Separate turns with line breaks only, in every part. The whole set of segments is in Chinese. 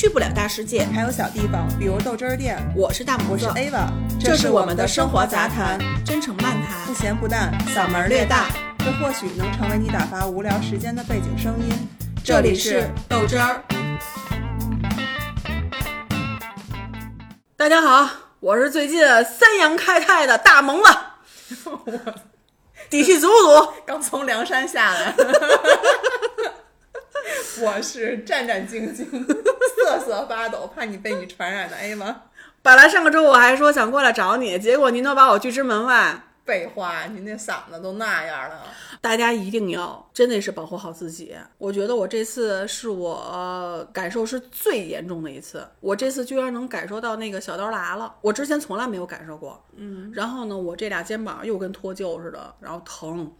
去不了大世界，
还有小地方，比如豆汁儿店。
我是大哎
我
胡
是
子，
Ava，
这是
是
我
们
们的生活杂
谈
谈，，真诚漫谈
不，咸不淡，嗓门儿略大，这或许能成为你打发无聊时间的背景声音。
这里是豆汁儿。大家好，我是最近三阳开泰的大萌子， 底气足不足？
刚从梁山 下来，我是战战兢兢、瑟瑟发抖，怕你被你传染的 Ava。
本来上个周我还说想过来找你，结果您都把我拒之门外。
废话，你那嗓子都那样了，
大家一定要真的是保护好自己。我觉得我这次是我、呃感受是最严重的一次，我这次居然能感受到那个小刀剌了，我之前从来没有感受过。嗯，然后呢，我这俩肩膀又跟脱臼似的，然后疼，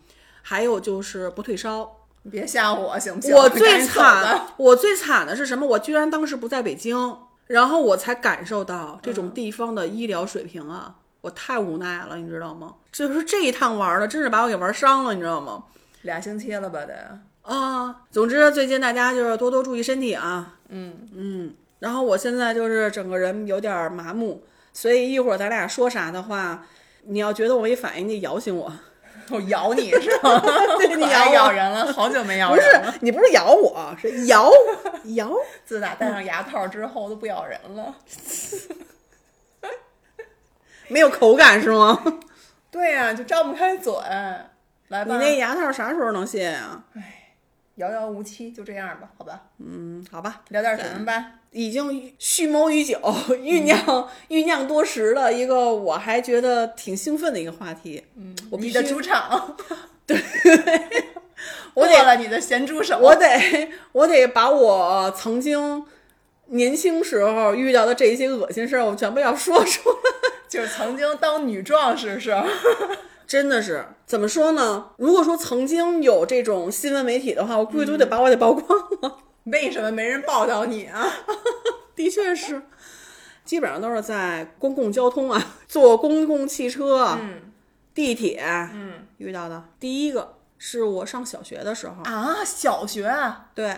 还有就是不退烧。
你别吓唬我行不行？
我
你赶
最
紧走
惨
吧，，
我最惨的是什么？我居然当时不在北京，然后我才感受到这种地方的医疗水平啊，我太无奈了，你知道吗？就是这一趟玩儿的，真是把我给玩伤了，你知道吗？
俩星期了吧得。
啊，总之最近大家就是多多注意身体啊。
嗯，
嗯，然后我现在就是整个人有点儿麻木，所以一会儿咱俩说啥的话，你要觉得我没反应，你摇醒我。
我咬你是 吗？
对你
可
咬
爱
我
咬人了，好久没咬
不
人
是
了。，
你不是咬我，是摇摇。
自打戴上牙套之后都不咬人了。
没有口感是吗？
对呀、就张不开嘴。来
你
吧，
那牙套啥时候能卸呀、
遥遥无期，就这样吧，好吧，
嗯，好吧，
聊点什么吧？
已经蓄谋已久、酝酿、酝酿多时的一个，我还觉得挺兴奋的一个话题。嗯，我必
你
须
的主 场，
我
过
得
了你的咸猪手。
我得我得把我曾经年轻时候遇到的这一些恶心事儿，我全部要说出来。
就是曾经当女壮士时候，
真的是怎么说呢？如果说曾经有这种新闻媒体的话，我估计都得把我给曝光了。
为什么没人报道你啊？
的确是，基本上都是在公共交通啊，坐公共汽车、啊
嗯
地铁、啊
嗯
遇到的。第一个是我上小学的时候，
啊，小学啊，
对，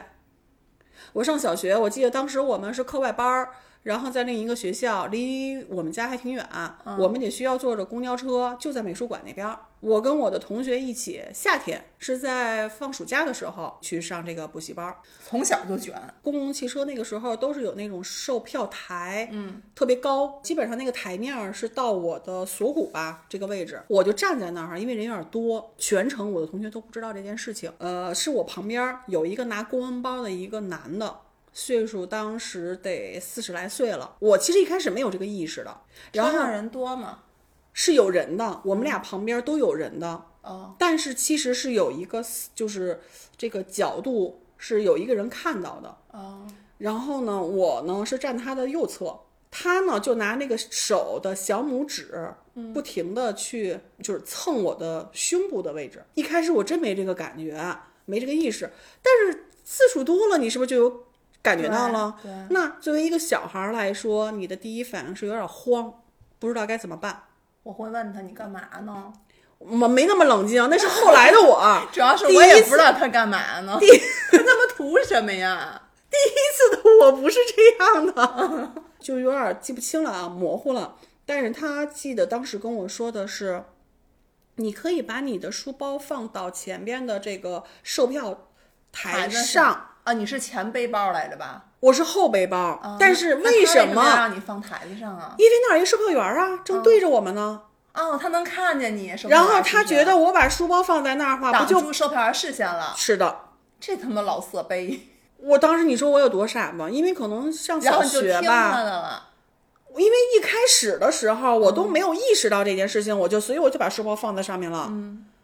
我上小学，我记得当时我们是课外班儿，然后在另一个学校，离我们家还挺远，我们得需要坐着公交车，就在美术馆那边儿。我跟我的同学一起，夏天是在放暑假的时候去上这个补习班儿。
从小就卷。
公共汽车那个时候都是有那种售票台，嗯，特别高，基本上那个台面儿是到我的锁骨吧这个位置，我就站在那儿，因为人有点多，全程我的同学都不知道这件事情。呃，是我旁边儿有一个拿公文包的一个男的。岁数当时得四十来岁了，我其实一开始没有这个意识的，然
车
后
上人多吗？
是有人的，我们俩旁边都有人的，
哦，
但是其实是有一个就是这个角度是有一个人看到的，
哦，
然后呢，我呢是站他的右侧，他呢就拿那个手的小拇指，
嗯
不停的去就是蹭我的胸部的位置。一开始我真没这个感觉，没这个意识，但是次数多了，你是不是就有感觉到了？
对，对
那作为一个小孩儿来说，你的第一反应是有点慌，不知道该怎么办。
我会问他你干嘛呢？
我没那么冷静，啊那是后来的我。啊
主要是
第
我也
一
不知道他干嘛呢，他他妈图什么呀？
第一次的我不是这样的， 就有点记不清了啊，模糊了。但是他记得当时跟我说的是，你可以把你的书包放到前边的这个售票
孩
台
子是
哎上。
啊，你是前背包来着吧？啊
我是后背包，嗯但是
哦那
为
他
什
要
么？
让你放台子上啊？
因为那儿一售票员啊，正对着我们呢。
哦，他能看见你，是不是
然后他觉得我把书包放在那儿的话，
挡
不就
住售票员视线了，
是的？
这他妈老色胚，
我当时你说我有多傻吗？因为可能上
然后
小
你就
学
听
吧，
他的了。
因为一开始的时候
嗯
我都没有意识到这件事情，我就所以我就把书包放在上面了，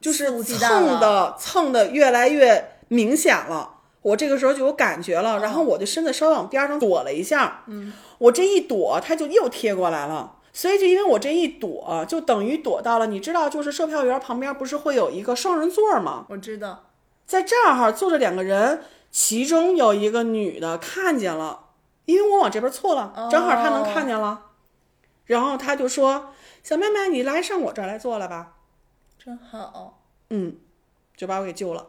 就
嗯肆无
是
忌惮
蹭的蹭的越来越明显了。我这个时候就有感觉
嗯
了，然后我就身子稍微往边上躲了一下，嗯，我这一躲，他就又贴过来了。所以就因为我这一躲，就等于躲到了，你知道，就是售票员旁边不是会有一个双人座吗？
我知道，
在这儿哈坐着两个人，其中有一个女的看见了，因为我往这边错了
哦，
正好她能看见了，然后她就说：“小妹妹，你来上我这儿来坐来吧。
真好，”
嗯，就把我给救了。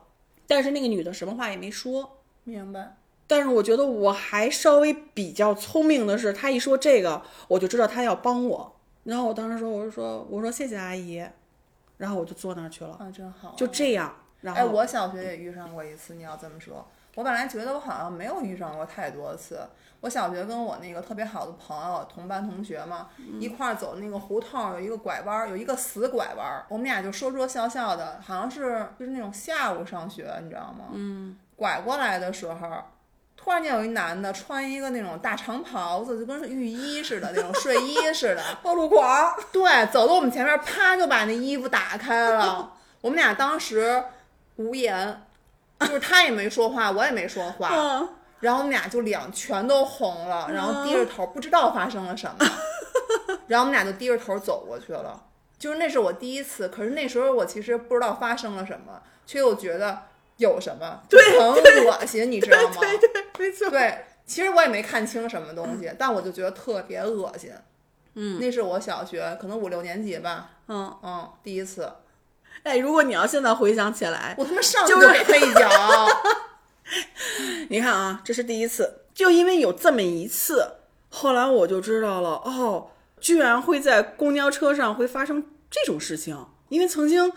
但是那个女的什么话也没说，
明白。
但是我觉得我还稍微比较聪明的是，他一说这个，我就知道他要帮我。然后我当时说，我就说，我说谢谢阿姨，然后我就坐那儿去了，
啊，真好。
就这样。然后
哎，我小学也遇上过一次。你要这么说，我本来觉得我好像没有遇上过太多次。我小学跟我那个特别好的朋友，同班同学嘛，
嗯
一块儿走那个胡同儿，有一个拐弯儿，有一个死拐弯儿，我们俩就说说笑笑的，好像是就是那种下午上学，你知道吗？嗯，拐过来的时候。突然间有一男的穿一个那种大长袍子，就跟浴衣似的那种睡衣似的，
暴露狂，
对，走到我们前面，啪就把那衣服打开 了。我们俩当时无言，就是他也没说话，我也没说话，
嗯，
然后我们俩就脸全都红了，然后低着头，不知道发生了 什么，然后我们俩就低着头走过去了。就是那是我第一次，可是那时候我其实不知道发生了什么，却又觉得有什么，
对
很恶心，你知道吗？
对对，没错，
对，其实我也没看清什么东西，但我就觉得特别恶心。嗯，那是我小学可能五六年级吧，
嗯，
嗯，第一次，
哎，如果你要现在回想起来，
我他妈上去
就
就是给他一脚，
你看啊，这是第一次，就因为有这么一次，后来我就知道了，哦，居然会在公交车上会发生这种事情，因为曾经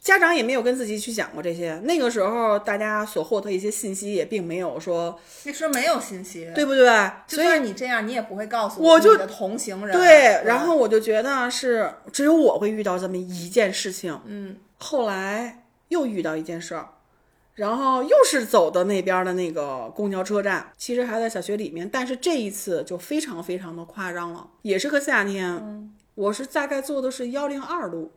家长也没有跟自己去讲过这些，那个时候大家所获得一些信息也并没有说，
那时候没有信息，
对不对？
就算你这样，你也不会告诉
我就
你的同行人，
对，
吧
然后我就觉得是只有我会遇到这么一件事情。
嗯，
后来又遇到一件事儿，然后又是走的那边的那个公交车站，其实还在小学里面，但是这一次就非常非常的夸张了，也是个夏天，我是大概坐的是幺零二路，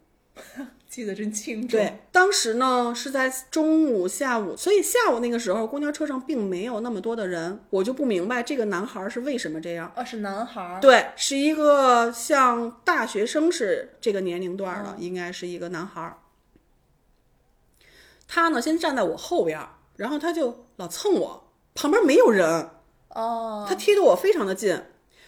记得真清楚，
对，当时呢是在中午、下午，所以下午那个时候公交车上并没有那么多的人，我就不明白这个男孩儿是为什么这样。
哦，是男孩儿，
对，是一个像大学生是这个年龄段儿的，
嗯
应该是一个男孩儿。他呢，先站在我后边儿，然后他就老蹭我，旁边没有人，
哦，
他贴得我非常的近，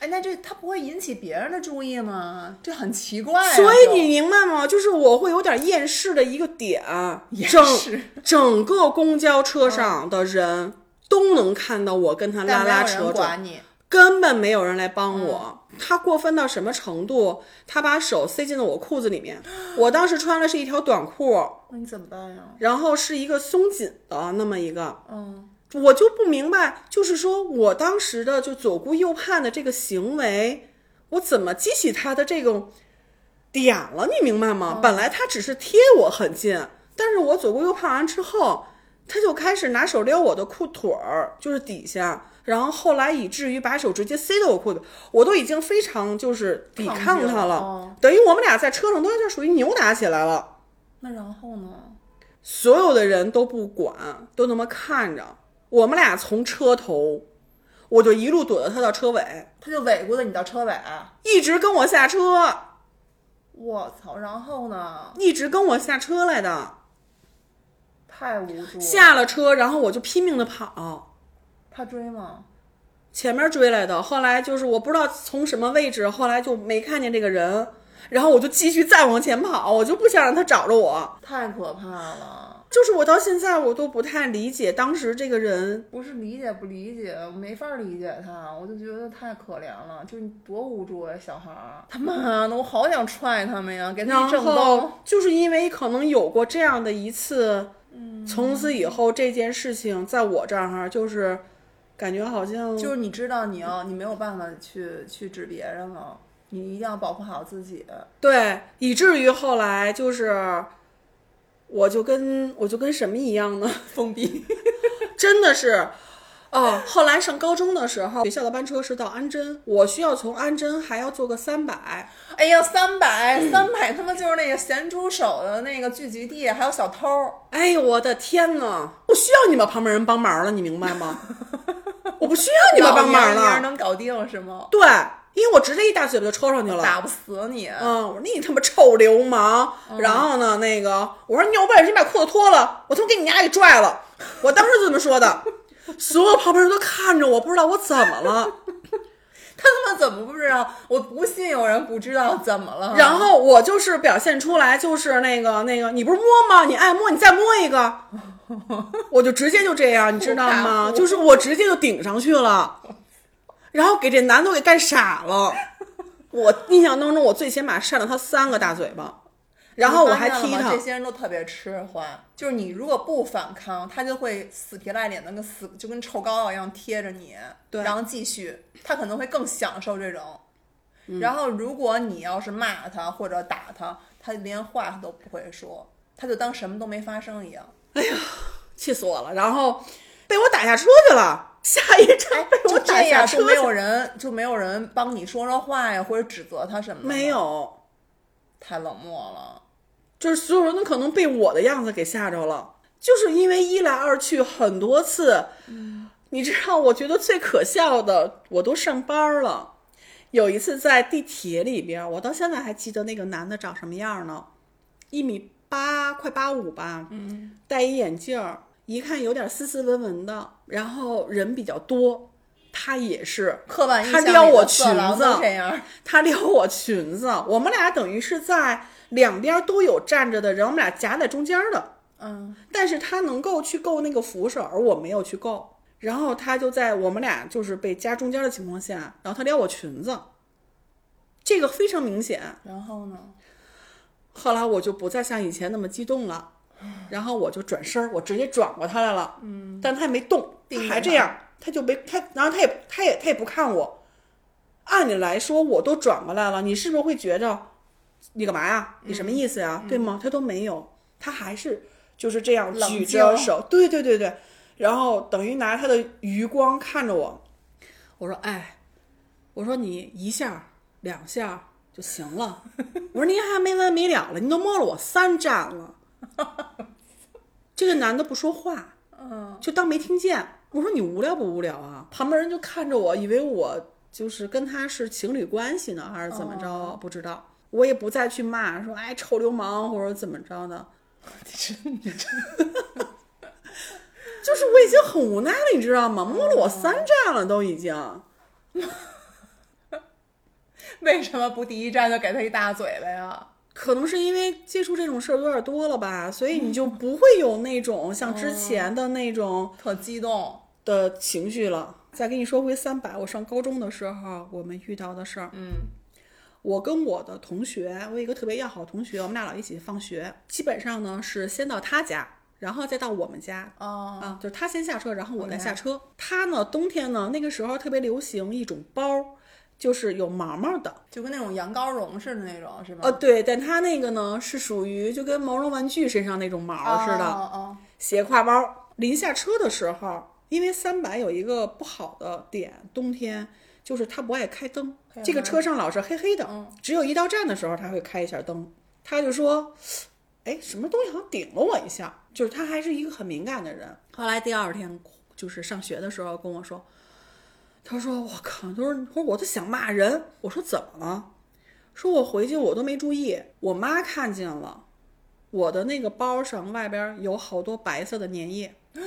哎，那这他不会引起别人的注意吗？这很奇怪、啊，
所以
就
你明白吗？就是我会有点厌世的一个 点，
也
整
是，
整个公交车上的人都能看到我跟他拉
但没有
拉
人
扯扯，
管你，
根本没有人来帮我。他过分到什么程度？他把手塞进了我裤子里面。我当时穿的是一条短裤，
那你怎么办呀？
然后是一个松紧的那么一个。
嗯，
我就不明白，就是说我当时的就左顾右盼的这个行为，我怎么激起他的这种点了？你明白
哦
吗？本来他只是贴我很近，但是我左顾右盼完之后，他就开始拿手撩我的裤腿儿，就是底下，然后后来以至于把手直接塞到我裤腿，我都已经非常就是抵
抗拒
抗他
了
了，
哦
等于我们俩在车上都有点属于扭打起来了。
那然后呢？
所有的人都不管，都那么看着。我们俩从车头，我就一路躲到他到车尾，
他就尾咕的你到车尾，啊
一直跟我下车，
我操！然后呢？
一直跟我下车来的。
太无助了。
下了车，然后我就拼命的跑，
他追吗？
前面追来的。后来就是我不知道从什么位置，后来就没看见这个人，然后我就继续再往前跑，我就不想让他找着我。
太可怕了！
就是我到现在我都不太理解当时这个人
不是理解不理解，我没法理解他，我就觉得太可怜了，就是你多无助呀、小孩儿！他妈的，我好想踹他们呀，给他
然
们一正
后
东。
就是因为可能有过这样的一次，
嗯
从此以后这件事情在我这儿哈，就是感觉好像
就是你知道你要你没有办法去去指别人了，你一定要保护好自己。
对，以至于后来就是，我就跟我就跟什么一样呢？
封闭。
真的是。哦，后来上高中的时候，学校的班车是到安贞，我需要从安贞还要坐个三百，
哎呀，三百
嗯
三百，他妈就是那个咸猪手的那个聚集地，还有小偷儿。
哎呦我的天呐，不需要你们旁边人帮忙了，你明白 吗？我不需要你们帮忙
老娘儿
了，
能搞定是吗？
对，因为我直接一大嘴巴就抽上去了。
打不死你！
嗯，我说你他妈臭流氓！ 然后呢，那个我说你有本事你把裤子脱了，我他妈给你丫给拽了！ 我当时就这么说的，所有旁边人都看着我，不知道我怎么了。
他他妈怎么不知道？我不信有人不知道，怎么了？
然后我就是表现出来，就是那个那个，你不是摸吗？你爱摸，你再摸一个， 我就直接就这样，你知道吗？就是我直接就顶上去了，然后给这男的给干傻 了。我印象当中，我最起码扇了他三个大嘴巴，然后我还
你
踢
发现了吗
他
这。些人都特别吃欢，就是你如果不反抗，他就会死皮赖脸的跟死就跟臭膏药一样贴着你，
对
然后继续，他可能会更享受这种。
嗯
然后如果你要是骂他或者打他，他连话都不会说，他就当什么都没发生一样。
气死我了！然后被我打下车去了，下一站被哎我
哎就
打下
这样
车
就
去
没有人就没有人帮你说说话呀，或者指责他什么的吗，
没有，
太冷漠了。
就是所有人都可能被我的样子给吓着了，就是因为一来二去很多次，你知道，我觉得最可笑的，我都上班了。有一次在地铁里边，我到现在还记得那个男的长什么样呢，一米八，快八五吧，嗯，戴一眼镜儿，一看有点斯斯文文的，然后人比较多，他也是
刻板印
他
象里
撩我
的色
裙
狼
子
都这样，
他撩我裙子，我们俩等于是在两边都有站着的人，我们俩夹在中间的。
嗯，
但是他能够去够那个扶手，而我没有去够。然后他就在我们俩就是被夹中间的情况下，然后他撩我裙子，这个非常明显。
然后呢？
后来我就不再像以前那么激动了，然后我就转身儿，我直接转过他来了，嗯，但他也没动，他
盯着
还这
他
样，他就没他，然后他也他也他也不看我。按理来说，我都转过来了，你是不是会觉着你干嘛呀？你什么意思呀？对吗？他都没有，他还是就是这样
冷
举着
静
手，对对对对，然后等于拿他的余光看着我，我说哎，我说你一下两下就行了，我说您还没完没了了，您都摸了我三站了。 这个男的不说话，
嗯，
就当没听见。我说你无聊不无聊啊？旁边人就看着我，以为我就是跟他是情侣关系呢，还是怎么着？不知道。我也不再去骂，说哎臭流氓或者怎么着的，就是我已经很无奈了，你知道吗？摸了我三站了，都已经。
为什么不第一站就给他一大嘴巴呀？
可能是因为接触这种事儿有点多了吧，所以你就不会有那种像之前的那种
特激动，
的情绪了。再跟你说回三百，我上高中的时候我们遇到的事儿，
嗯，
我跟我的同学，我有一个特别要好的同学，我们俩老一起放学，基本上呢是先到他家，然后再到我们家。
哦，
啊，就是他先下车，然后我再下车。他呢，冬天呢，那个时候特别流行一种包，就是有毛毛的，
就跟那种羊羔绒似的那种，是吧？
呃，对，但它那个呢是属于就跟毛绒玩具身上那种毛儿似的，
哦哦
斜挎包。临下车的时候，因为三百有一个不好的点，冬天就是它不爱开灯，
黑
这个车上老是黑黑的，只有一到站的时候它会开一下灯。他就说：“哎，什么东西好像顶了我一下。”就是他还是一个很敏感的人。后来第二天就是上学的时候跟我说，他说：“我靠！”他说：“他说我都想骂人。”我说：“怎么了？”说我回去我都没注意，我妈看见了，我的那个包上外边有好多白色的粘液。
哦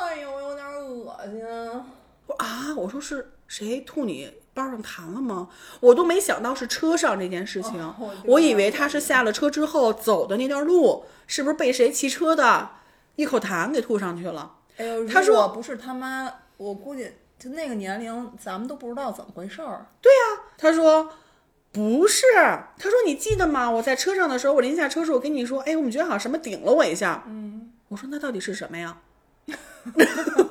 哎呦，我有点恶心。
我说啊，我说是谁吐你包上痰了吗？我都没想到是车上这件事情，
哦我知道
我以为他是下了车之后走的那段路，是不是被谁骑车的一口痰给吐上去了？
哎呦，
他
如
说
果不是他妈，我估计就那个年龄，咱们都不知道怎么回事儿。
他说不是，他说你记得吗？我在车上的时候，我临下车时候，我跟你说，哎，我们觉得好像什么顶了我一下。嗯，我说那到底是什么呀？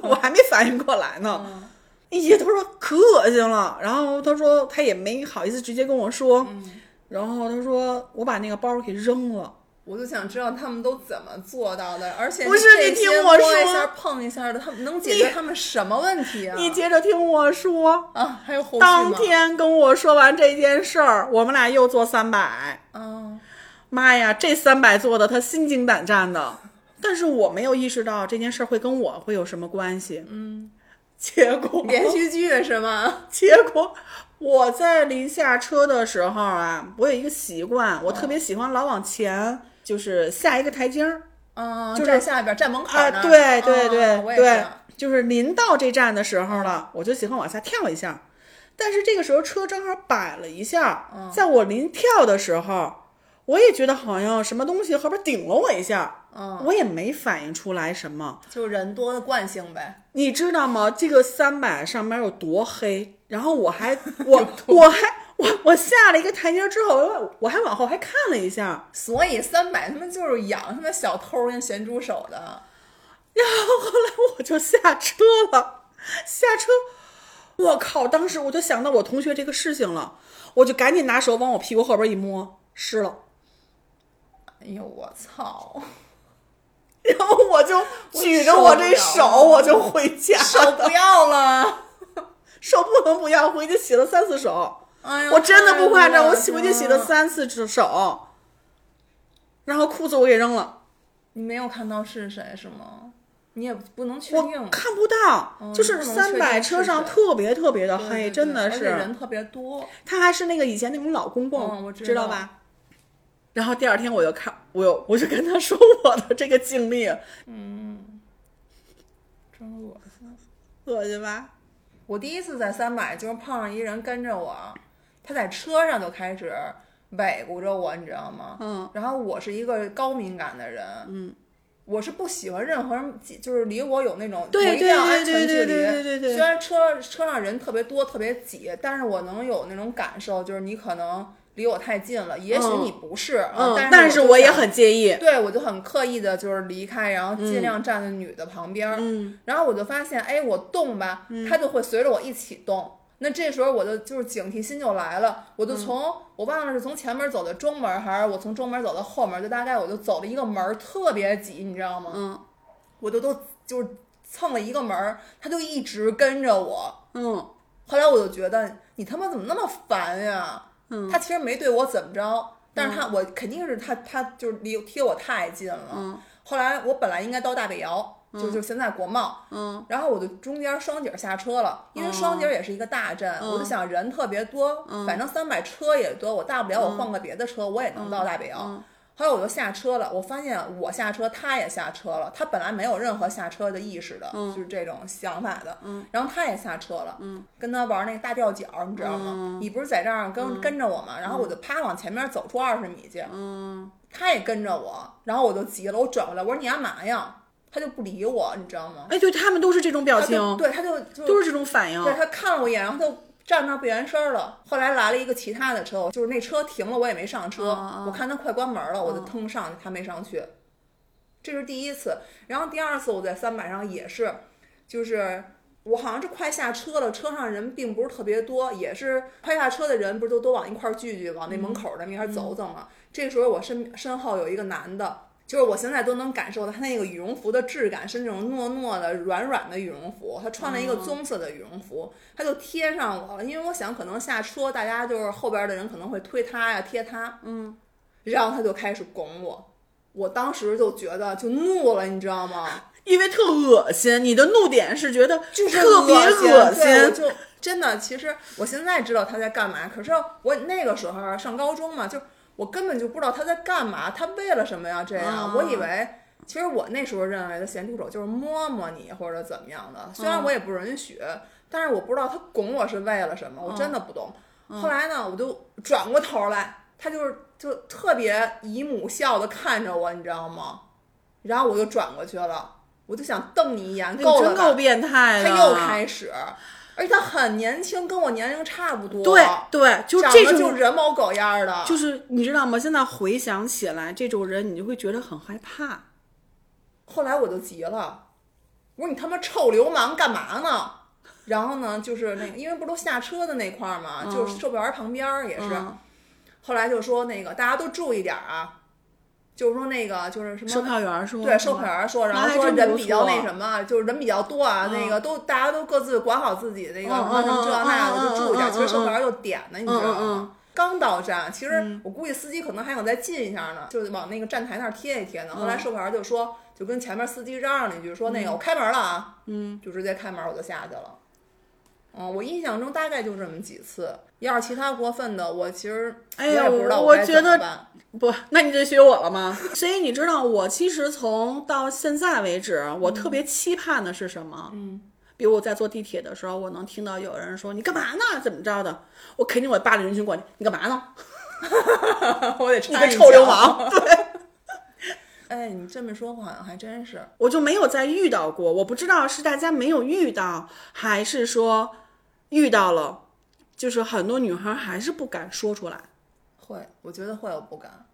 我还没反应过来呢。
嗯
哎呀，他说可恶心了，然后他说他也没好意思直接跟我说，
嗯
然后他说我把那个包给扔了。
我就想知道他们都怎么做到的，而且
不是
这
你
些
听我
摸一
说
下、碰一下的，他们能解决他们什么问题啊？
你接着听我说，
啊，还有后续吗
当天跟我说完这件事儿，我们俩又做三百。哦
啊，
妈呀，这三百做的他心惊胆战的，但是我没有意识到这件事儿会跟我会有什么关系。嗯，结果
连续剧是吗？
结果我在临下车的时候啊，我有一个习惯，我特
嗯
别喜欢老往前，就是下一个台阶儿。
啊，
就是
站下边，站门口
啊，
呢
对对
啊
对
我也
对
是。，
就是临到这站的时候了，我就喜欢往下跳一下。但是这个时候车正好摆了一下，
嗯
在我临跳的时候，我也觉得好像什么东西后边顶了我一下，
嗯
我也没反应出来什么。
就人多的惯性呗。
你知道吗？这个三百上面有多黑？然后我 还我我还 我我下了一个台阶之后，我我还往后还看了一下，
所以三百他们就是养他们小偷跟咸猪手的。
然后后来我就下车了，下车，我靠！当时我就想到我同学这个事情了，我就赶紧拿手往我屁股后边一摸，湿了。
哎呦我操！
然后我就举着我这手，我就回家，
手不要了。
手不能不要，回去洗了三次手。
哎呀，
我真的不夸
太
张，
恶
我洗
心
回去洗了三次手，然后裤子我给扔了，
嗯你没有看到是谁是吗？你也不能确定
我，看不到，
嗯
就是
不能
三
确
百
定
车
是
上
谁
特别特别的
对
黑，
对
哎真
对
的
而且
是，
人特别多。
他还是那个以前那种老公公，
嗯我知
哦知道
道
吧？然后第二天我就看，我又我就跟他说我的这个经历，
嗯，真恶心。
恶心吧？
我第一次在三百就是碰上一人跟着我，他在车上就开始尾咕着我，你知道吗？
嗯
然后我是一个高敏感的人，
嗯，
我是不喜欢任何人，就是离我有那种
对
我一定要安
对
全距
对对
离。
对对对对
虽然车车上人特别多，特别挤，但是我能有那种感受，就是你可能离我太近了，也许
嗯
你不是，啊
嗯，
但
但
是
是
我
我
就
也
想
很介意，
对，我就很刻意的，就是离开，然后尽量站在女的旁边。儿。
嗯，
然后我就发现，哎，我动吧，它就会随着我一起动。那这时候我就就是警惕心就来了，我就
嗯
从、我忘了是从前门走的中门，还是我从中门走到后门，就大概我就走了一个门儿，特别挤，你知道吗？
嗯
我就都就是蹭了一个门儿，他就一直跟着我。
嗯
后来我就觉得你他妈怎么那么烦呀？
嗯
他其实没对我怎么着，但是他、我肯定是他他就是离贴我太近了。
嗯
后来我本来应该到大北窑，就就现在国贸，
嗯哦
然后我就中间双井下车了，因为双井也是一个大站，
嗯
我就想人特别多，反正三百车也多，我大不了我换个别的车，我也能到大北窑。
嗯
后来我就下车了，我发现我下车，他也下车了。他本来没有任何下车的意识的，
嗯
就是这种想法的。然后他也下车了，跟他玩那个大吊脚，你知道吗？
嗯
你不是在这儿跟、跟着我吗？然后我就啪往前面走出二十米去，
嗯
他也跟着我，然后我就急了，我转过来，我说你干嘛呀？他就不理我，你知道吗？
哎，对他们都是这种表
他
情，
就对，他就就
都是这啊种反应，
对他看了我一眼，然后他就站那儿不言声儿了。后来来了一个其他的车，就是那车停了，我也没上车，
嗯嗯
我看他快关门了，我就腾上去，他没上去。这是第一次，然后第二次我在三百上也是，就是我好像是快下车了，车上人并不是特别多，也是快下车的人不是都都往一块儿聚聚，往那门口儿那边儿走走嘛。这时候我身身后有一个男的，就是我现在都能感受到他那个羽绒服的质感是那种糯糯的、软软的羽绒服，他穿了一个棕色的羽绒服，他就贴上我了，因为我想可能下车大家就是后边的人可能会推他呀、贴他，
嗯，
然后他就开始拱我。我当时就觉得就怒了，你知道吗？
因为特恶心，你的怒点是觉得
就是
特别恶
心，对我
心，
就真的，其实我现在知道他在干嘛，可是我那个时候啊上高中嘛，就我根本就不知道他在干嘛，他为了什么要这样？
啊
我以为。其实我那时候认为的咸猪手就是摸摸你或者怎么样的，虽
嗯
然我也不允许，但是我不知道他拱我是为了什么，我真
嗯
的不懂。后来呢，我就转过头来，他就是就特别姨母笑的看着我，你知道吗？然后我就转过去了，我就想瞪你一眼，
你
够了
哎真
吧
够变态的，
他又开始，而且他很年轻，跟我年龄差不多，
对对，就
长
这
得就
种，
人模狗样儿的，
就是你知道吗？现在回想起来，这种人你就会觉得很害怕。
后来我就急了，我说你他妈臭流氓干嘛呢？然后呢，就是那个，因为不是都下车的那块儿嘛，
嗯
就是售票员旁边儿也是。
嗯
后来就说那个大家都注意点儿啊，就是说那个就是什么
售票员说，
对，售票员说，然后
那还
说
真
人
不
比较那
错嗯
什么，就是人比较多啊，那个都大家都各自管好自己那个什么什么这那
嗯嗯嗯
的，就注意点。其实售票员就点的，你知道
嗯嗯嗯
吗？刚到站，其实我估计司机可能还想再进一下呢，就是往那个站台那儿贴一贴呢。后
嗯
来售票员就说，就跟前面司机嚷嚷了一句，说那个我开门了啊，
嗯，
就直接开门我就下去了。嗯，我印象中大概就这么几次。要是其他过分的，我其实我
哎呀
也不知道
我
该
觉
怎么
得
办
不，那你得学我了吗？ 所以你嗯知道，我其实从到现在为止，我特别期盼的是什么？
嗯，
比如我在坐地铁的时候，我能听到有人说你干嘛呢？怎么着的？我肯定我扒着人群管你，你干嘛呢？
我得
你
插
个
一
臭流
脚
氓！对，
哎，你这么说，我好像还真是。
我就没有再遇到过，我不知道是大家没有遇到，还是说遇到了，就是很多女孩还是不敢说出来。
会，我觉得会有不敢。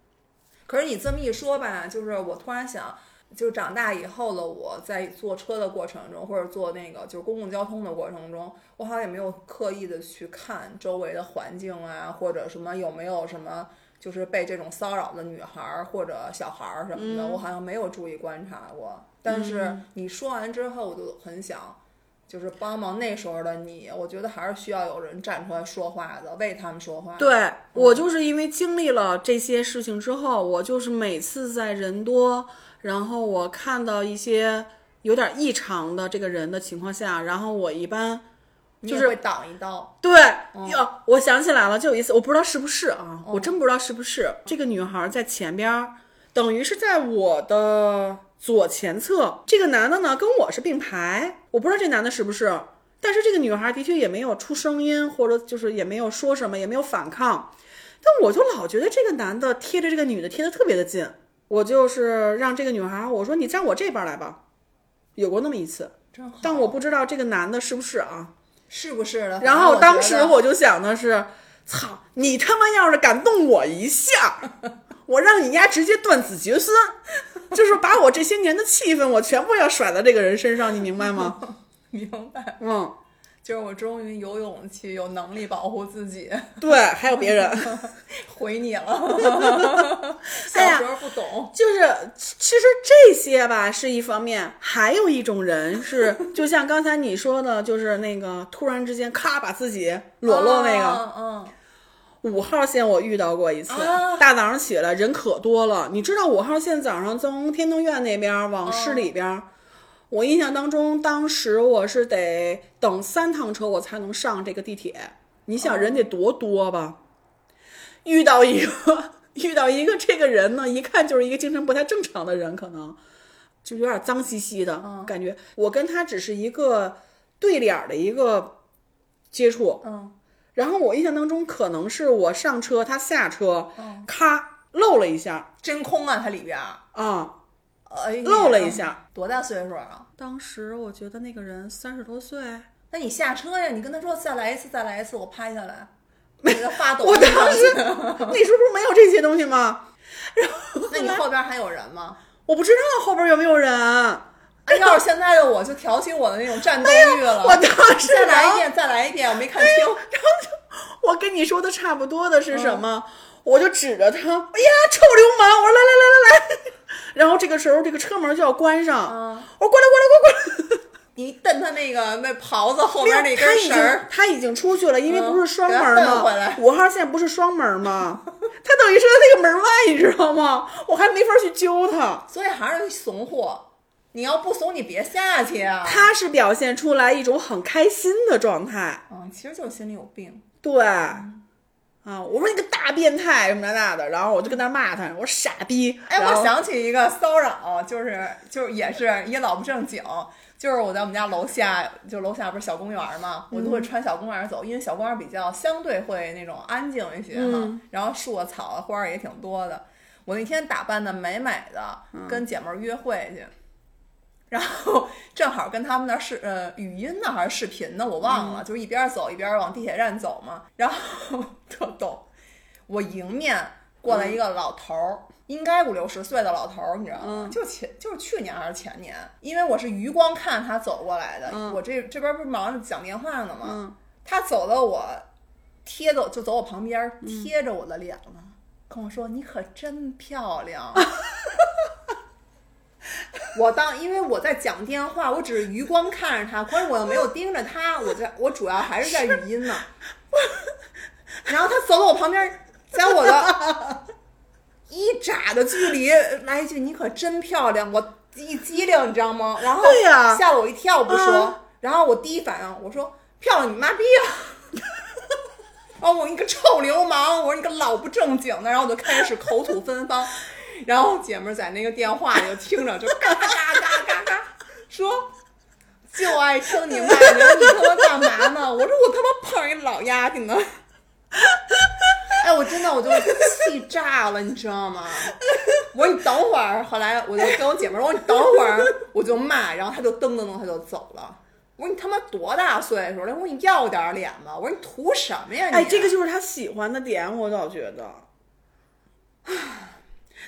可是你这么一说吧，就是我突然想，就是长大以后了，我在坐车的过程中，或者坐那个就是公共交通的过程中，我好像也没有刻意的去看周围的环境啊，或者什么有没有什么就是被这种骚扰的女孩儿或者小孩儿什么的，我好像没有注意观察过。但是你说完之后，我就很想。就是帮忙那时候的你，我觉得还是需要有人站出来说话的，为他们说话。
对我就是因为经历了这些事情之后，我就是每次在人多，然后我看到一些有点异常的这个人的情况下，然后我一般
你
就
也
是
会挡一刀。
对，哟、我想起来了，就有一次，我不知道是不是啊，我真不知道是不是这个女孩在前边儿，等于是在我的左前侧，这个男的呢跟我是并排，我不知道这男的是不是，但是这个女孩的确也没有出声音，或者就是也没有说什么，也没有反抗，但我就老觉得这个男的贴着这个女的贴的特别的近，我就是让这个女孩，我说你站我这边儿来吧，有过那么一次，
真好，
但我不知道这个男的是不是啊。
是不是的？
然
反正
后
我
当
觉
时
得
我就想的是，操你他妈要是敢动我一下， 我让你丫直接断子绝孙，就是把我这些年的气氛我全部要甩到这个人身上，你明白 吗？
明白，
嗯，
就是我终于有勇气、有能力保护自己，
对，还有别人，
回你了。小
哎呀
时候不懂，
就是其实这些吧是一方面，还有一种人是，就像刚才你说的，就是那个突然之间咔把自己裸露那个，
嗯，
五号线我遇到过一次，
啊
大早上起来人可多了。你知道五号线早上从天通苑那边儿往市里边儿，我印象当中，当时我是得等三趟车我才能上这个地铁。你想人得多多吧？遇到一个遇到一个这个人呢，一看就是一个精神不太正常的人，可能就有点脏兮兮的、感觉。我跟他只是一个对脸儿的一个接触，
嗯，
然后我印象当中可能是我上车，他下车，咔漏了一下
真空啊，它里边儿，
啊，
哎呀，
漏了一下。
多大岁数啊？
当时我觉得那个人三十多岁，
那你下车呀，你跟他说再来一次，再来一次，我拍下来，给他发抖。
我当时那时候不是没有这些东西吗？
那你后边还有人吗？
我不知道后边有没有人。
哎要是现在的我，就挑起我的那种战斗欲了。
哎我当时
再来
然
一
后
遍，再来一遍，我没看清。
我跟你说的差不多的是什么？我就指着他，哎呀，臭流氓！我说来来来来来。然后这个时候这个车门就要关上，
嗯
我说过来过来过来过来。
你蹬他那个那袍子后
没有
边那根绳儿，
他已经他已经出去了，因为
嗯
不是双门
给他蹬回
吗
来？
五、号线不是双门吗？ 他等于是在那个门外，你知道吗？ 我还没法去揪他。
所以还是怂货。你要不怂，你别下去啊。
他是表现出来一种很开心的状态，
嗯，其实就是心里有病。
对，啊，我说你个大变态什么那的，然后我就跟他骂他，我说傻逼。
哎，
然后
我想起一个骚扰，就是就是也是一老不正经，就是我在我们家楼下，就楼下不是小公园嘛，我就
嗯
会穿小公园走，因为小公园比较相对会那种安静一些嘛，
嗯
然后树啊草啊花儿也挺多的。我那天打扮的美美的，
嗯
跟姐妹儿约会去。然后正好跟他们那儿视呃语音呢还是视频呢，我
嗯
忘了，就是一边走一边往地铁站走嘛。然后 特逗，我迎面过来一个老头儿，应该五六十岁的老头儿，你知道吗？
嗯
就前就是去年还是前年，因为我是余光看他走过来的，
嗯
我这这边不是忙着讲电话呢吗？
嗯，
他走到我贴着就走我旁边
嗯
儿，贴着我的脸了，跟我说：“你可真漂亮。”啊 我当因为我在讲电话，我只是余光看着他，可是我又没有盯着他，我在我主要还是在语音呢。然后他走到我旁边儿，在我的一眨的距离来一句：“你可真漂亮。”我一激灵，你知道吗？然后
对呀
吓了我一跳，我不说。
嗯
然后我第一反应我说：“漂亮你妈逼啊！”然后我你个臭流氓，我说你个老不正经的，然后我就开始口吐芬芳。 然后姐们儿在那个电话里就听着，就嘎嘎嘎嘎嘎说。就爱听你骂人，你他妈干嘛呢？我说我他妈碰上一老丫头 呢。哎，我真的我就气炸了，你知道吗？我说你等会儿，后来我就跟我姐们儿说，我说你等会儿，我就骂，然后她就噔噔噔，她就走了。我说你他妈多大岁数了？我说你要点儿脸吧。我说你图什么呀你？
哎，这个就是他喜欢的点，我倒觉得，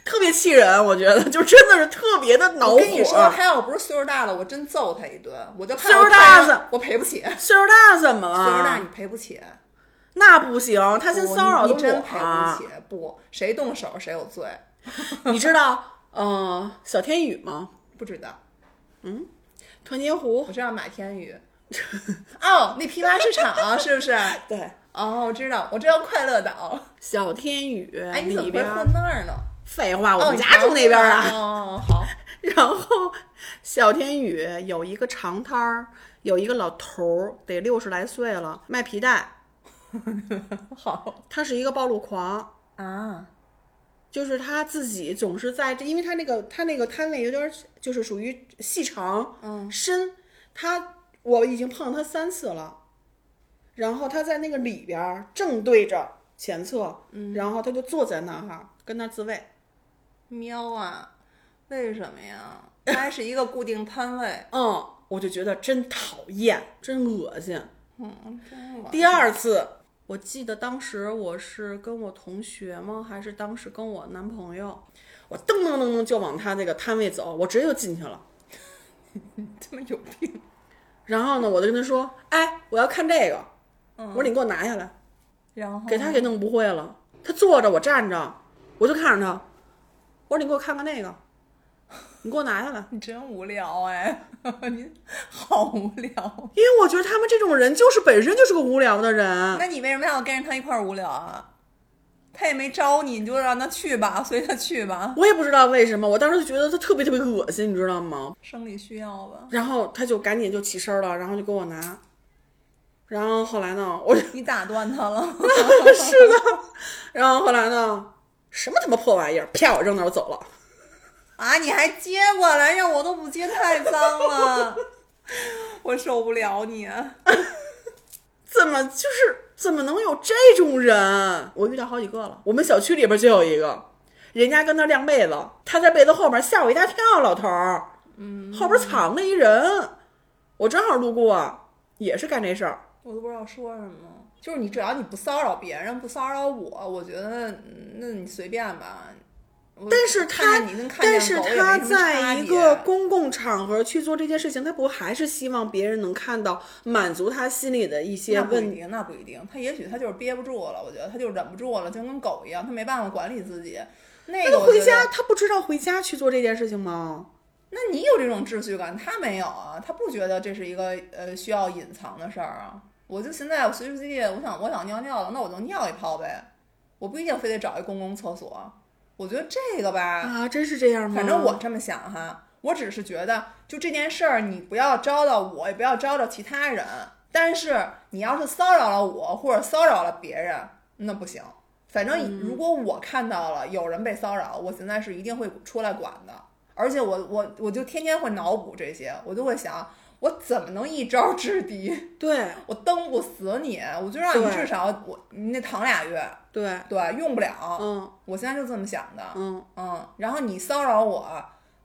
特别气人。我觉得就真的是特别的恼
我跟你说，
火。啊
还有不是岁数大了，我真揍他一顿，我就怕
岁数
我
大啊
赔
了
我赔不起。岁
岁数大怎么
数大你
了？
赔不起，
那不行，他先
不
骚扰
哦你
的
你真赔
我
不起，不，谁动手谁有罪，
你知道，嗯，小天宇吗？
不知道。
哦团结湖
我知道马天宇，哦，那批发市场是不是？
对，
哦，我知道，我知道快乐岛。
小天宇
哎，你怎
里
么会
边儿，
混那儿呢？
废话，
哦，
啊我们
你
家住那边儿啊。
哦，好，
然后小天宇有一个长摊儿，有一个老头儿，得六十来岁了，卖皮带。
好
他是一个暴露狂，
啊，
就是他自己总是在这，因为他那个他那个摊位有点儿就是属于细长，
嗯，
深，他我已经碰了他三次了，然后他在那个里边儿正对着前侧，然后他就坐在那儿哈，跟那儿自慰。
喵啊，为什么呀？它是一个固定摊位，
嗯，我就觉得真讨厌，真恶心。
嗯，真恶
第二次，我记得当时我是跟我同学吗？还是当时跟我男朋友？我噔噔噔噔就往他这个摊位走，我直接就进去了。
他妈有病。
然后呢，我就跟他说：“哎，我要看这个。”
嗯
我说：“你给我拿下来。
然后”
给他给弄不会了。他坐着，我站着，我就看着他。我说：“你给我看看那个，你给我拿下来。
你真无聊哎， 你好无聊。”
因为我觉得他们这种人就是本身就是个无聊的人。
那你为什么要跟着他一块儿无聊啊？他也没招你，你就让他去吧， 随他去吧，
我也不知道为什么，我当时就觉得他特别特别恶心，你知道吗？
生理需要吧。
然后他就赶紧就起身了，然后就给我拿。然后后来呢，我就
你打断他了，
然后后来呢，什么他妈破玩意儿，啪我扔那儿我走了。
啊，你还接过来，让我都不接，太脏了， 我受不了你。啊
怎么就是怎么能有这种人？我遇到好几个了，我们小区里边就有一个，人家跟他晾被子，他在被子后面吓我一大跳，老头儿，嗯，后边藏着一人，我正好路过，也是干这事儿。
我都不知道说什么。就是你，只要你不骚扰别人，不骚扰我，我觉得嗯那你随便吧。我
但是
看
他
见你跟，看见
但是
狗也
他
没什么差
在一
别
个公共场合去做这件事情，他不还是希望别人能看到，满足他心里的一些
那不
问
一
题？
定，那不一定。他也许他就是憋不住了，我觉得他就忍不住了，就跟狗一样，他没办法管理自己。那个
他
我
回
觉
家，
得，啊
他不知道回家去做这件事情吗？
那你有这种秩序感，他没有啊，他不觉得这是一个呃需要隐藏的事儿啊。我就现在我随时随地，我想我想尿尿了，那我就尿一泡呗，我不一定非得找一公共厕所。我觉得这个吧，
啊，真是这样吗？
反正我这么想哈，我只是觉得，就这件事儿，你不要招到我，也不要招到其他人。但是你要是骚扰了我，或者骚扰了别人，那不行。反正如果我看到了有人被骚扰，我现在是一定会出来管的。而且我我我就天天会脑补这些，我就会想，我怎么能一招制敌？
对
我蹬不死你，我就让你
对
至少我你那躺俩月，
对，
对，用不了。
嗯
我现在就这么想的。
嗯，
嗯，然后你骚扰我，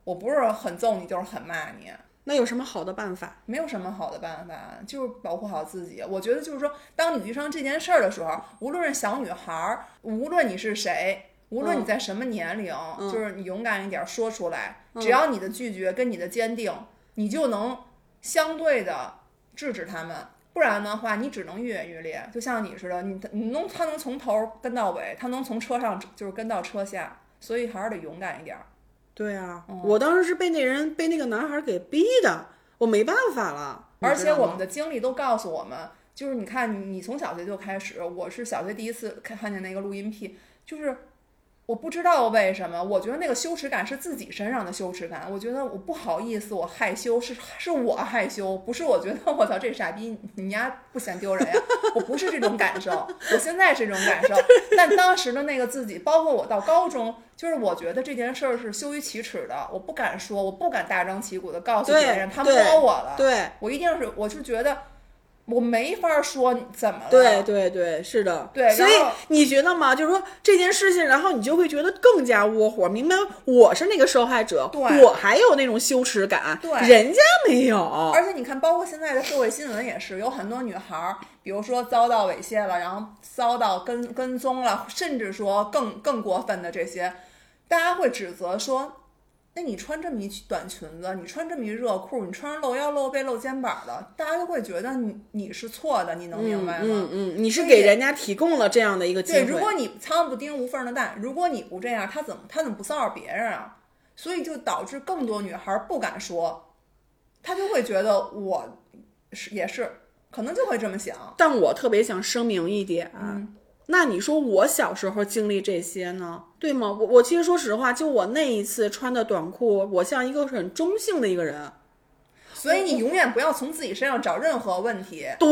我不是很揍你，就是很骂你，
那有什么好的办法？
没有什么好的办法，就是保护好自己。我觉得就是说，当你遇上这件事儿的时候，无论是小女孩儿，无论你是谁，无论你在什么年龄，就是你勇敢一点儿说出来，只要你的拒绝跟你的坚定，你就能相对的制止他们。不然的话，你只能越演越烈，就像你似的，你你能他能从头跟到尾，他能从车上就是跟到车下，所以还是得勇敢一点儿。
对啊，
哦
我当时是被那人被那个男孩给逼的，我没办法了。
而且我们
的
的经历都告诉我们，就是你看你，你从小学就开始，我是小学第一次看看见那个录音癖，就是我不知道为什么，我觉得那个羞耻感是自己身上的羞耻感。我觉得我不好意思，我害羞，是是我害羞，不是我觉得我操这傻逼你丫不嫌丢人呀、我不是这种感受，我现在是这种感 受，但当时的那个自己，包括我到高中，就是我觉得这件事儿是羞于启齿的，我不敢说，我不敢大张旗鼓的告诉别人
对
他
对
摸我了，
对
我一定是我是觉得我没法说你怎么了，
对对对，是的，
嗯对然
所以
后
你觉得吗？就是说这件事情，然后你就会觉得更加窝火，明白我是那个受害者，
对
我还有那种羞耻感，
对
人家没有，嗯
而且你看，包括现在的社会新闻也是，有很多女孩儿，比如说遭到猥亵了，然后遭到跟跟踪了，甚至说更更过分的这些，大家会指责说，那你穿这么一短裙子，你穿这么一热裤，你穿上露腰、露背、露肩膀的，大家就会觉得你你是错的，你能明白吗？
嗯嗯，你是
所
给
以
人家提供了这样的一个机
对，
会，
如果你苍蝇不叮无缝的蛋，如果你不这样，他怎么他怎么不骚扰别人啊？所以就导致更多女孩不敢说，她就会觉得我是也是，可能就会这么想。
但我特别想声明一点，啊
嗯
那你说我小时候经历这些呢，对吗？我我其实说实话，就我那一次穿的短裤，我像一个很中性的一个人。
所以你永远不要从自己身上找任何问题。
对，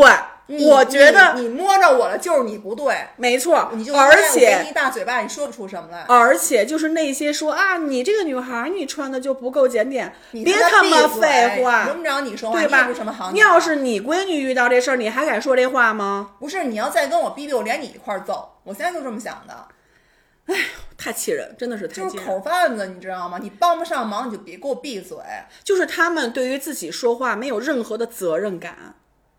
你
我觉得
嗯你你摸着我了，就是你不对，
没错，
你就
而
我给
且
你一大嘴巴，你说不出什么来。
而且就是那些说啊，你这个女孩儿你穿的就不够检点，
你
别
他
他
妈
妈
闭嘴
废
轮
话，
不着你说话，
对
你也
吧
不是什么好？女
你要
孩
是你闺女遇到这事儿，你还敢说这话吗？
不是你要再跟我逼逼，我连你一块儿揍。我现在就这么想的。
太气人，真的是太
就
气
是
人。
口贩子，你知道吗？你帮不上忙，你就别给我闭嘴。
就是他们对于自己说话没有任何的责任感。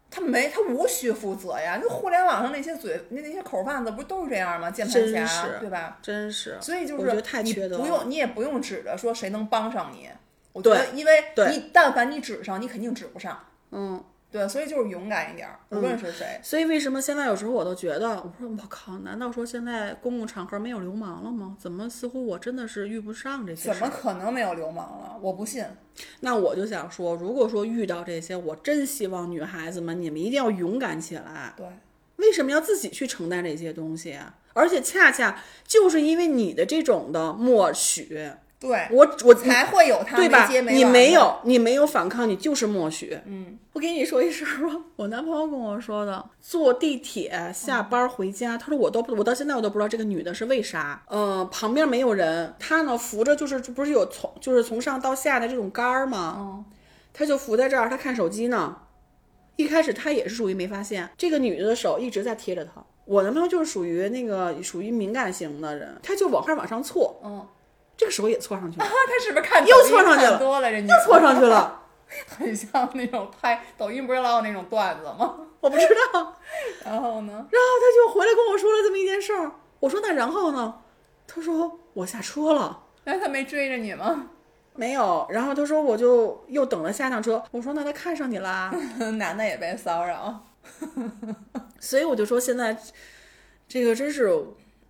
他没，他无需负责呀。就互联网上那些嘴，那那些口贩子不都是这样吗？键盘
真
侠
是，
对吧？
真是，
所以就
我觉得
是
太
你
缺德
不
了
用，你也不用指着说谁能帮上你。我觉
对
得，因为
对
你但凡你指上，你肯定指不上。
嗯，
对，所以就是勇敢一点儿，无论是谁。
所以为什么现在有时候我都觉得，我说我靠，难道说现在公共场合没有流氓了吗？怎么似乎我真的是遇不上这些
怎
事
么
儿？
可能没有流氓了？我不信。
嗯那我就想说，如果说遇到这些，我真希望女孩子们你们一定要勇敢起来。
对，
为什么要自己去承担这些东西啊？而且恰恰就是因为你的这种的默许，
对，
我我
才会有他
对
没
吧
接？没
你
完
没
的
有，你没有反抗，你就是默许。嗯，我给你说一事儿 吧，我男朋友跟我说的，坐地铁
嗯
下班回家，他说我都不我到现在我都不知道这个女的是为啥。嗯，旁边没有人，他呢扶着就是不是有从就是从上到下的这种杆儿吗？
嗯，
他就扶在这儿，他看手机呢。一开始他也是属于没发现，这个女的的手一直在贴着他。我男朋友就是属于那个属于敏感型的人，他就往上往上错，
嗯，
这个手也错上去
啊，
了，
他是不是看
又
抖音
窜上去
看
了
多了，人家
又错上去了。
很像那种拍抖音不是老有那种段子吗？
我不知道，
然后呢？
然后他就回来跟我说了这么一件事儿。我说那然后呢？他说我下车了，
然后他没追着你吗？
没有。然后他说我就又等了下趟车。我说那他看上你 啦，
男的也被骚扰，
所以我就说现在这个真是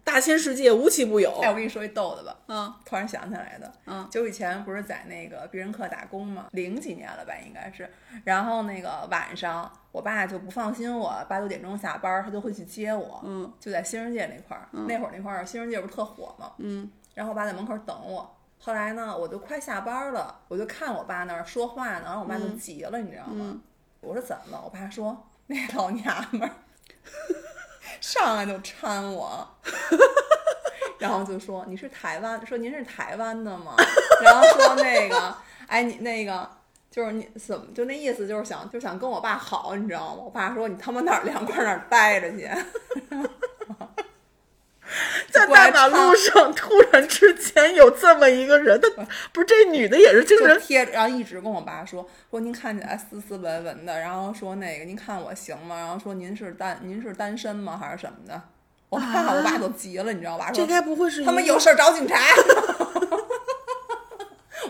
大千世界无奇不有
哎，。我跟你说一逗的吧，
啊，
突然想起来的，
嗯，
就以前不是在那个必胜客打工嘛，零几年了吧，应该是，然后那个晚上我爸就不放心我，八九点钟下班，他就会去接我，
嗯，
就在新世界那块儿，那会儿那块儿新世界不是特火嘛，
嗯，
然后我爸在门口等我。后来呢，我就快下班了，我就看我爸那儿说话呢，然后我爸
嗯
就急了，你知道吗？我说怎么了？我爸说那老娘们儿上来就搀我，然后就说你是台湾，说您是台湾的吗？ 然后说那个，哎，你那个就是你怎么就那意思就是想就想跟我爸好，你知道吗？我爸说你他妈哪儿凉快哪儿待着去。
嗯在大马路上突然之间有这么一个人，他不是这女的也是精
嗯就
神，
贴着，然后一直跟我爸说说您看起来斯斯文文的，然后说那个您看我行吗？然后说您是单您是单身吗？还是什么的？我爸、
啊
我爸都急了，你知道吧？
这
说
该不会是
他们
一个
有事儿找警察。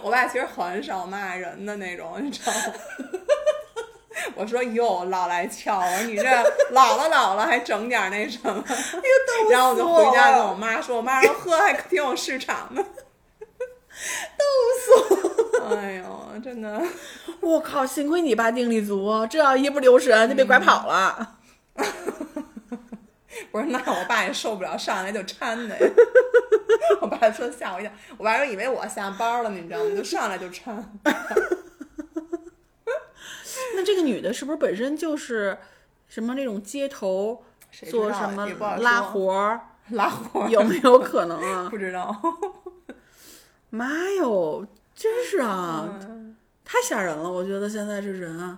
我爸其实很少骂人的那种，你知道吗？ 我说哟，老来俏，我说你这老了老了还整点儿那什么，
哎
然后我就回家跟我妈说，我妈说呵，还挺有市 场的，逗死我！哎呦，真的，
我靠，幸亏你爸定力足啊，这要一不留神就被
嗯
拐跑了。
不是那我爸也受不了，上来就搀的呀。 我爸说吓我一跳，我爸说以为我下班了，你知道吗？就上来就穿。
那这个女的是不是本身就是什么那种街头
谁知道
做
啊
什么
也不好
拉
说
活儿，
拉活
有没有可能啊？
不知道，
妈哟，真是啊，
嗯
太吓人了！我觉得现在这人啊，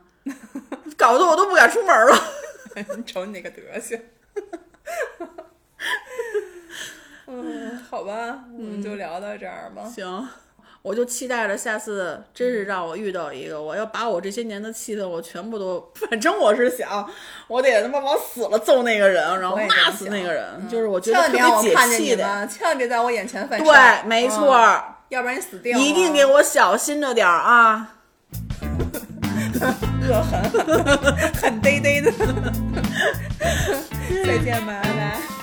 搞得我都不敢出门了。
你瞅你那个德行。嗯，好吧，我们就聊到这儿吧。
行，我就期待着下次真是让我遇到一个，我要把我这些年的气氛我全部都，反正我是想，我得他妈往死了揍那个人，然后
我也这么嗯
骂死那个人，就是我觉
千
得特
万别
别
让我
解
看见
气
你
的。
们，千万别在我眼前犯事儿。
对，没错
嗯，
儿，
要不然你死啊定了。
一定给我小心着点儿啊！
恶狠狠、很嘚嘚的。再见吧，拜拜。